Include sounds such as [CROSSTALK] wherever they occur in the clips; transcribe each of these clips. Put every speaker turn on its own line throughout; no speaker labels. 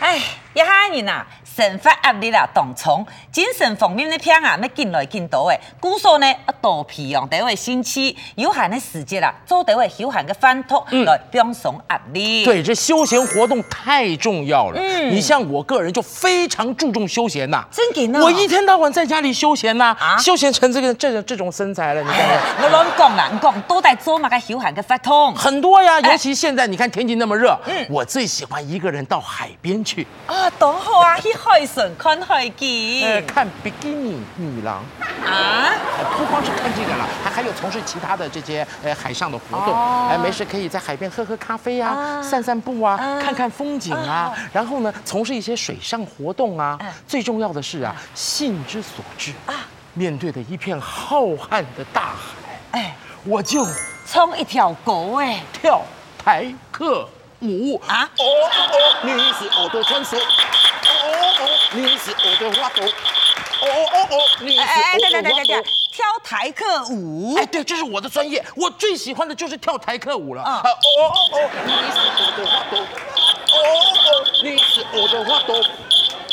哎然啊，神发压力啊，当冲，精神方面的片啊，要进来进到的。故说呢，啊，肚皮用第一位星期有限的时间啦，做第一位有限的饭托
嗯
来放松压力。
对，这休闲活动太重要了。
嗯
你像我个人就非常注重休闲呐、
真给呢，
我一天到晚在家里休闲呐、
啊
休闲成这个这这种身材了，你看看。
[LAUGHS] 我乱讲啦，你讲都在做嘛个有限的发通。
很多呀，
哎
尤其现在你看天气那么热，
嗯
我最喜欢一个人到海边去，
啊，多好啊，去海神看海
呃，
景
看比基尼女郎，
啊。
呃不光是看这个了，还还有从事其他的这些呃海上的活动，
哦
哎、没事可以在海边喝喝咖啡
啊
啊，散散步啊，
啊
看看风景啊，然后呢，从事一些水上活动啊，
嗯
最重要的是啊，兴之所至
啊
啊，面对的一片浩瀚的大海，
哎，
我就
冲一条狗哎，
跳台克舞
啊
啊！哦哦，你是我的传说，哦哦哦，你是我的花朵，哦哦哦，你是
哎哎哎，
我
等等
的
等
花
等
朵
等。，跳台客舞
哎，对，这是我的专业，我最喜欢的就是跳台克舞了。
啊
啊，哦哦哦，你是我的花朵，哦哦哦，你是我的花朵，哦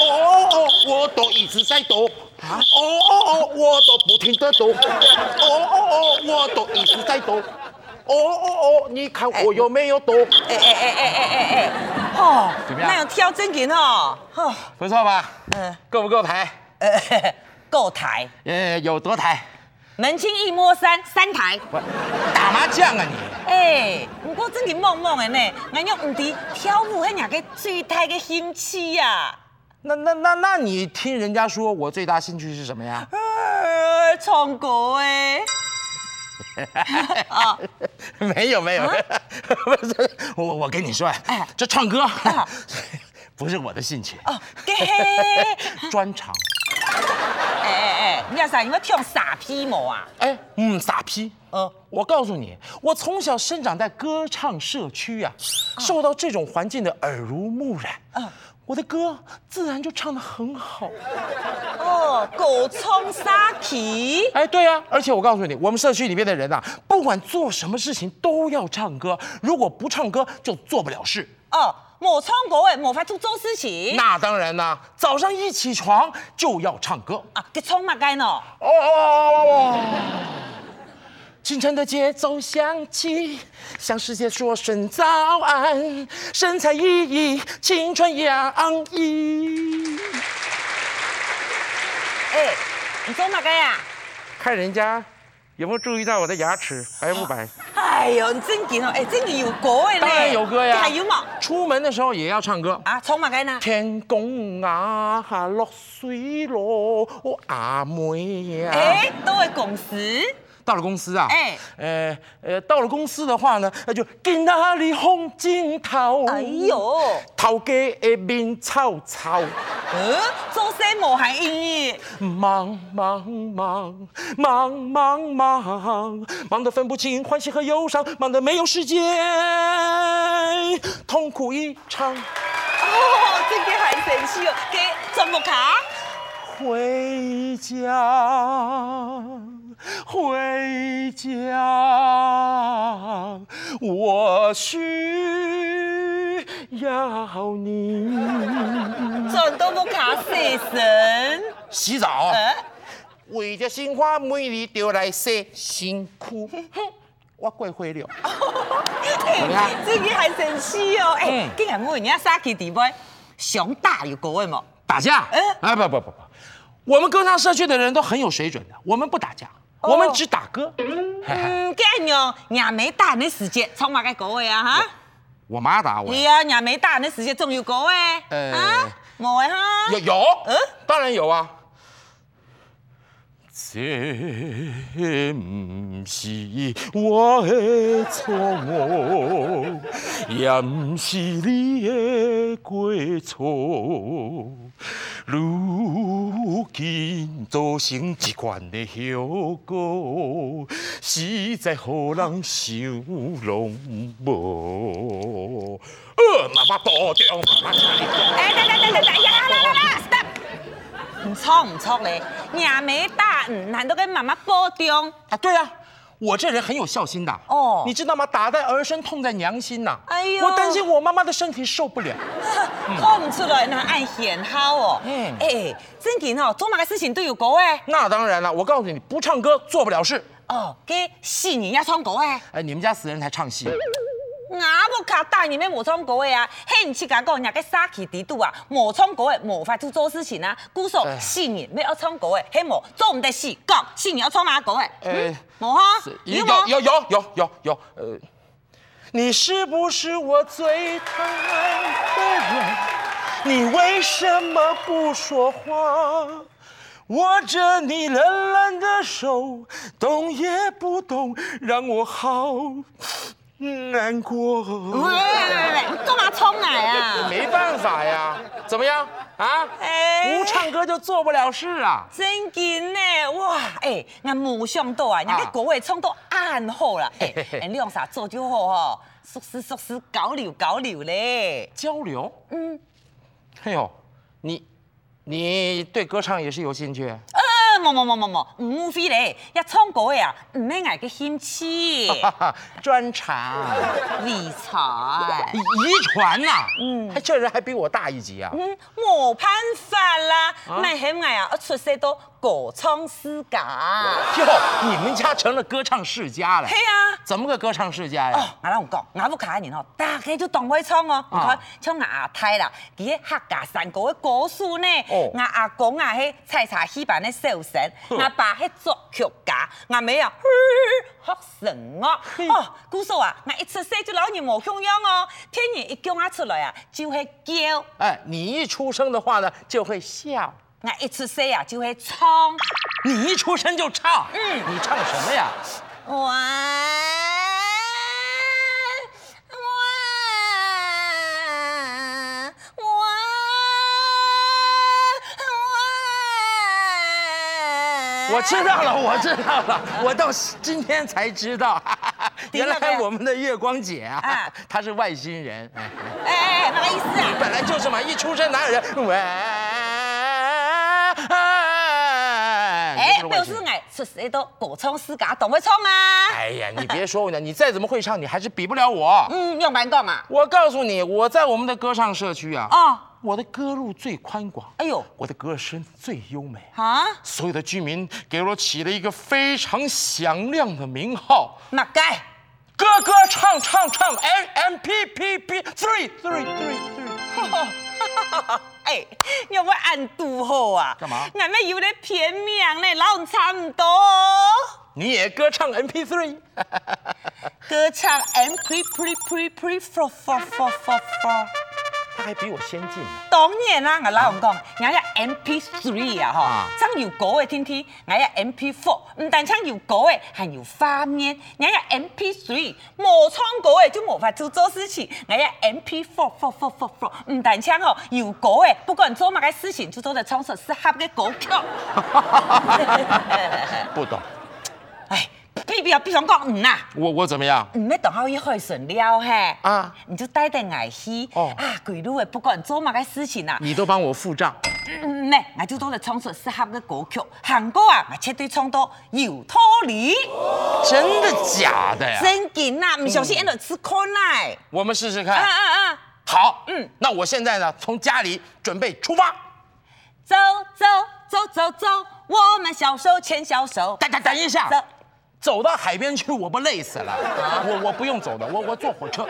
哦哦，我都一直在抖，哦哦哦，我都不停的抖，哦哦哦，我都一直在抖，哦哦哦，你看我有没有抖？
哎哎哎哎哎哎哎，哦，
怎么样
那有跳真紧哦，哦，
不错吧？
嗯
嗯，够不够台？
呃，够台，
呃，有多台？
门清一摸三，三台。
我打麻将啊你！
哎，不过真紧梦梦的呢，俺用唔知跳舞迄个最大的兴趣啊，
那那那那你听人家说我最大兴趣是什么呀？
呃，唱歌哎，啊，
[LAUGHS] 没有没有，不是我我跟你说啊
哎，
这唱歌 [LAUGHS] 不是我的兴趣，
哦，嘿。
[LAUGHS] 专长。
哎哎哎，你要啥？你要跳傻皮毛啊？
哎，嗯，傻批。
嗯，
我告诉你，我从小生长在歌唱社区呀、受到这种环境的耳濡目染，
啊嗯
我的歌自然就唱得很好。
哦，狗冲沙皮，
哎，对啊，而且我告诉你，我们社区里面的人呐、啊不管做什么事情都要唱歌，如果不唱歌就做不了事。
哦，某唱国诶，某发出周思琪，
那当然啦、早上一起床就要唱歌。
啊，给冲嘛该喏，
哦哦哦哦！清晨的节奏响起，向世界说声早安，神采奕奕，青春洋溢。
哎，你冲嘛该啊？
看人家有没有注意到我的牙齿白不白？
哎呦，你真紧哦，哎，真紧有国诶呢，
当然有歌呀
还有嘛？
出门的时候也要唱歌。
啊，冲嘛该呢？
天公啊，落水咯，我阿妹呀、
哎，都会共识，
到了公司啊，
哎
哎，呃呃，到了公司的话呢，那就今仔日风真头，
哎呦，
头家的面臭臭，
呃，周深某还英语，
忙忙忙忙忙忙，忙得分不清欢喜和忧伤，忙得没有时间，痛苦一场。
哦，真紧还神奇哦，给怎么卡？
回家，回家，我需要你。
转都不卡死神，
洗澡，
呃。
为着生活每日就来洗身躯，我过火了。
哎
怎么样
这个还神奇哦！哎
嗯，
竟然我人家杀起底杯，熊大有国位冇？
打架？
哎
哎，哎，不不不不，我们歌唱社区的人都很有水准的，我们不打架，
哦
我们只打歌。
嗯，干哟，伢没大那时间，从嘛该国位啊哈？
我妈打我
对，啊，伢没大那时间总有国位
呃
啊，冇的哈？
有有，
嗯
当然有啊。这不是我的错，也不是你的过错。如今造成这款的后果，实在予人想拢无。呃，妈妈保重，妈妈请你保重
哎，等等等等等，呀啦啦啦啦，stop！唔错唔错嘞，伢没大，嗯，难道跟妈妈保重？
啊，对啊，我这人很有孝心的
哦
哦，你知道吗？打在儿身，痛在娘心呐。
哎
哎
呦
呦，我担心我妈妈的身体受不了。
看唔出来，那爱显好哦。嗯
嗯，
哎，正经哦，做哪个事情都有狗诶。
那当然了，我告诉你，不唱歌做不了事。
哦，给死人家唱歌诶，
哎，你们家死人才唱戏，
我不卡大你们无唱歌诶啊！嘿，你去甲讲人家个杀气地度啊，无唱歌诶，无法去做事情啊。故说
哎
死人要唱歌诶，嘿无做唔得事，讲死人要唱哪歌诶？嗯
哎，
无哈，有
有
冇？
有有有有有，呃，你是不是我最疼爱的人？你为什么不说话？握着你冷冷的手，懂也不懂，让我好难
喂
过。
喂喂喂，你干嘛冲来啊？
没办法呀，怎么样啊？
哎
不唱歌就做不了事啊。
真紧呢，哇，哎、俺没想到啊，人家国外创到暗好啦，哎、哎你用啥做就好吼，熟识熟识，交流交流嘞。
交流。
嗯
嗯，哎呦，你你对歌唱也是有兴趣？
呃，冇冇冇冇冇，唔非嘞，一创国外啊，唔免挨个嫌弃，
哈哈， [LAUGHS] 专长，
理财
遗。遗传呐、嗯，哎，这人还比我大一级啊。
嗯，冇办法啦，
啊
咪嫌爱啊，一出世都歌唱世家。
哟，你们家成了歌唱世家了
嘿？啊！
怎么个歌唱世家呀？
哦，我拢讲，我不卡年哦，大家都当我唱哦，你看唱牙泰啦，佢个客家山歌的歌手呢，
哦
我阿公啊，迄采茶戏班的小生，我爸迄作曲家，我妹啊，学神哦，哦，姑嫂啊，我一出世就老人无向样哦，天然一叫我出来啊，就会叫，
哎，你一出生的话呢，就会笑。
我一出世啊就会唱，
你一出生就唱，嗯，你唱什么呀？
哇哇哇哇！
我知道了，我知道了，我到今天才知 [LAUGHS] 道，原
第一个
来
呀
我们的月光姐啊
啊，
她是外星人。哎
哎哎哎，那个意思啊？
本来就是嘛，一出生哪有人喂？
哎，
就
表
是
示
外星人
哎，出世都歌唱世家，懂会唱啊？
[LAUGHS] 哎呀，你别说我呢，你再怎么会唱，你还是比不了我。
嗯，用蛮讲嘛。
我告诉你，我在我们的歌唱社区啊，
哦，
我的歌路最宽广，
哎呦，
我的歌声最优美，
啊，
所有的居民给我起了一个非常响亮的名号
那该。
——歌歌唱唱唱 M M P P P three three three three。
哎，你要不要按度好啊？
干嘛
俺们有点偏命呢，老人差唔多。
你也歌唱 M P three？
歌唱 M pre pre pre pre for for for for for。
他还比我先进呢。
當然啦，我老公講，我呀 MP3 啊，
啊
吼，唱有歌嘅天天，我呀 MP4，唔但唱有歌嘅，還有畫面，我呀 MP3，冇唱歌嘅就冇法做做事情，我呀 MP4 4 4 4 4，唔但唱吼有歌嘅，不管做乜嘅事情，就做得唱出適合嘅歌曲。
不懂。
哎，必必要必想講唔啦。
我我怎么样？
唔要等好一開順了嘿，
啊
你就帶定愛去，
哦
啊，鬼路嘅不管做乜嘅事情啊，
你都帮我付账。
嗯咧，我就都嚟唱出适合嘅歌曲。韓國啊，我絕對唱到搖拖離。
真的假的呀？
真勁啊，唔小心喺度吃苦奶。
我们试试
啊
看。
啊啊！
好，
嗯
嗯，那我现在呢，从家里准备出发。
走走走走走，我們小手牽小手。
等等等一下
走，
走到海边去，我不累死了？我我不用走的，我我坐火车，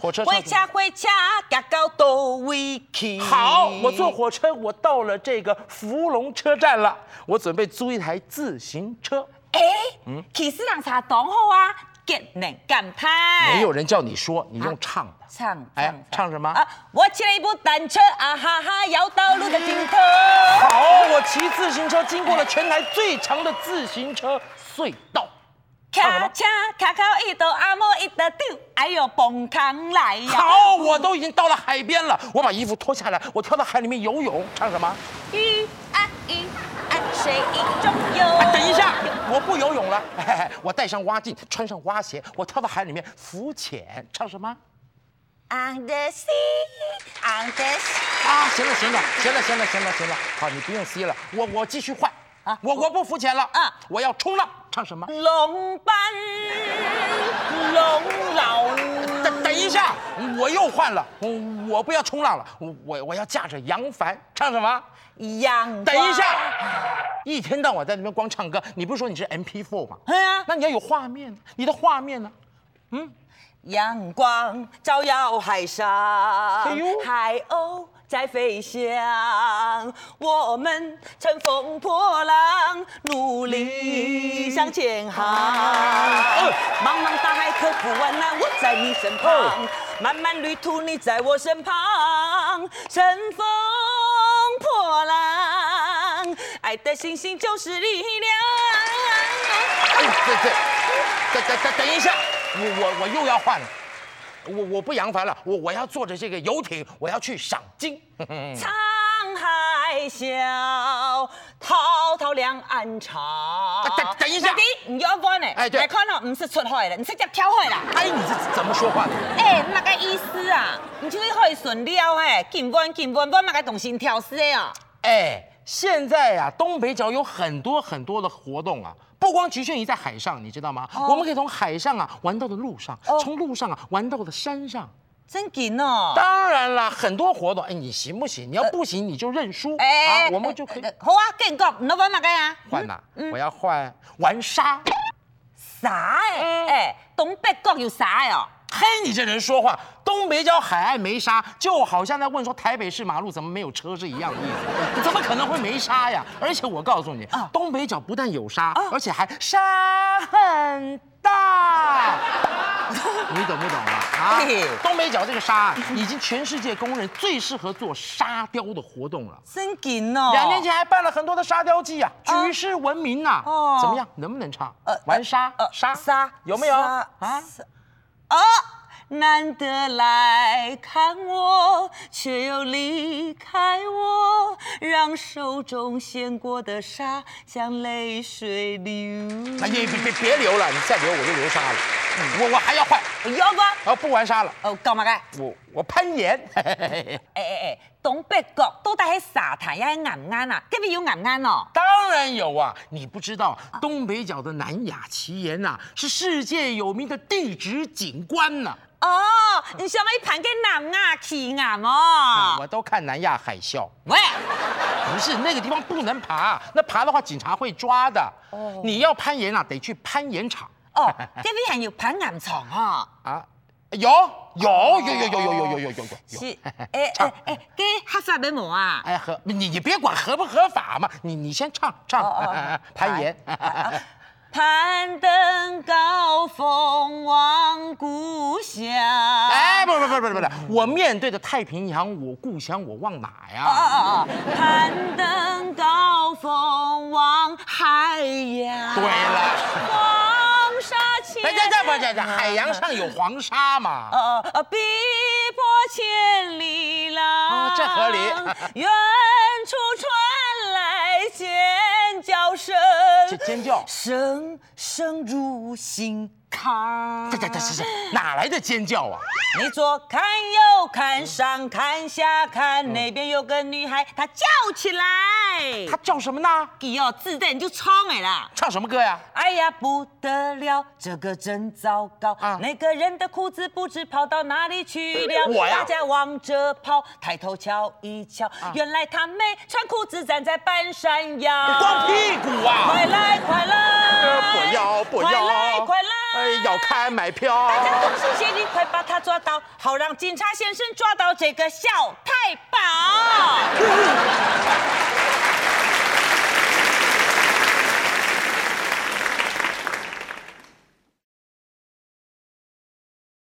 火车
回
上。
家回家，行到到位去。
好，我坐。火车，我到了这个芙蓉车站了，我准备租一台自行车。
哎，其實人茶黨好啊，結能感叹。
没有人叫你说，你用唱的。
唱
哎
唱
唱什么
啊！我骑了一部单車，啊哈哈，搖到路的盡
[LAUGHS]
頭。
好，我骑自行车经过了全台最长的自行车隧道。
卡车卡口一道阿莫一道丢，哎呦蹦空来呀！
好，我都已经到了海边了，我把衣服脱下来，我跳到海里面游泳，唱什么？
鱼啊鱼啊，水影中
哎，
游。
[LAUGHS] 等一下，我不游泳了， [LAUGHS] 嘿嘿嘿我戴上蛙镜，穿上蛙鞋，我跳到海里面浮潜，唱什么？
，On the sea，On the sea。
啊，行了行了行了行了行了行了，好，你不用吸了，我我继续换
啊
啊，我我不浮潜了
啊
啊，我要冲浪，唱什么？
龙班龙老，
等等一下，我又换了，我我不要冲浪了，我我我要驾着杨帆唱什么？
阳。
等一下，，一天到晚在那边光唱歌，你不是说你是 MP4 吗？
哎呀，
那你要有画面，你的画面呢？
阳光照耀海上，
哎呦
海鸥在飞翔，我们乘风破浪，努力向前行。
哎
茫茫大海刻苦万难，我在你身旁
哎；
漫漫旅途，你在我身旁。乘风破浪，爱的星星就是力量。
哎，对对，等哎等等等一下，我我我又要换了，我我不扬帆了，我我要坐着这个游艇，我要去赏金。 [LAUGHS] 哎
沧海笑，滔滔两岸潮。
啊等等一下
弟弟，唔要关呢？
哎对
你看哦，唔是出海的，你是只跳海啦。
哎，你这怎么说话的？
哎，那个意思啊，唔就去海顺了嘿，紧弯紧弯，我那个动心跳死的哦。
哎，现在呀、东北角有很多很多的活动啊，不光局限于在海上，你知道吗？
哦
我们可以从海上啊玩到的路上，
哦
从路上啊玩到的山上。
真紧哦。
当然啦，很多活动，哎，你行不行？你要不行你就认输，啊，我们就可以
呃呃好啊，跟讲，你玩那个啊？
换啦
嗯。
我要换玩沙。
啥哎
嗯
哎，东北角有啥哦？
嘿，你这人说话，东北角海岸没沙，就好像在问说台北市马路怎么没有车是一样的意思。怎么可能会没沙呀？而且我告诉你，
啊
东北角不但有沙，
啊
而且还沙很
[LAUGHS]
大。你懂不懂啊？啊
嘿，
东北角这个沙啊已经全世界公认最适合做沙雕的活动了。
真紧哦。
两年前还办了很多的沙雕季啊，
啊
举世闻名呐、
哦呃
怎么样，能不能唱？玩沙，沙
沙
有没有
沙
啊？
沙哦，难得来看我，却又离开我，让手中鲜过的沙像泪水流。
哎，你别别别留了，你再留我就流沙了。嗯我我还要换，
有吗？
啊，不玩沙了，
哦，干嘛个？
我我攀岩。 [LAUGHS]
哎哎哎，东北角都在喺沙滩，也喺岩岩啊，隔壁有岩岩哦。
当然有啊，你不知道东北角的南雅奇岩呐、是世界有名的地质景观呐、
哦，你想要盘个岩啊，起岩
啊
哦
我。都看南亚海啸，
喂，
不是那个地方不能爬，那爬的话警察会抓的。
哦
你要攀岩啊，得去攀岩场
哦，隔壁还有盘岩床哦。
啊。有有有有有有有有有有有 [LAUGHS] 有。啊
是，哎哎哎，给黑法没毛啊？
哎，合你你别管合不合法嘛，你你先唱唱
哦哦哦
攀岩。
攀登高峰望故乡。
[LAUGHS] 哎，不是不是不是不是，我面对着太平洋，我故乡我望哪
哦哦
呀？
哦，哦攀登高峰望海洋。
对了，
黄沙千
哎，
里。
这这不这这，海洋上有黄沙嘛
哦。哦哦，碧波千里浪。
哦这合
[LAUGHS]
理 [LAUGHS]
远处传来尖叫声。
这
[LAUGHS]
尖叫，
声声入心坎。
这这这这这哪来的尖叫啊？
你左看右看，上看下看，那边有个女孩，她叫起来。
他叫什么呢？
给哦，自带你就冲哎啦！
唱什么歌呀？
哎呀，不得了，这个真糟糕！
啊
那个人的裤子不知跑到哪里去了。
我呀
大家往这跑，抬头瞧一瞧，原来他没穿裤子站在半山腰。
光屁股啊！
快来快来！
不要不要！
快来快来！
哎，要开买票。
大家同心协力，快把他抓到，好让警察先生抓到这个小太保。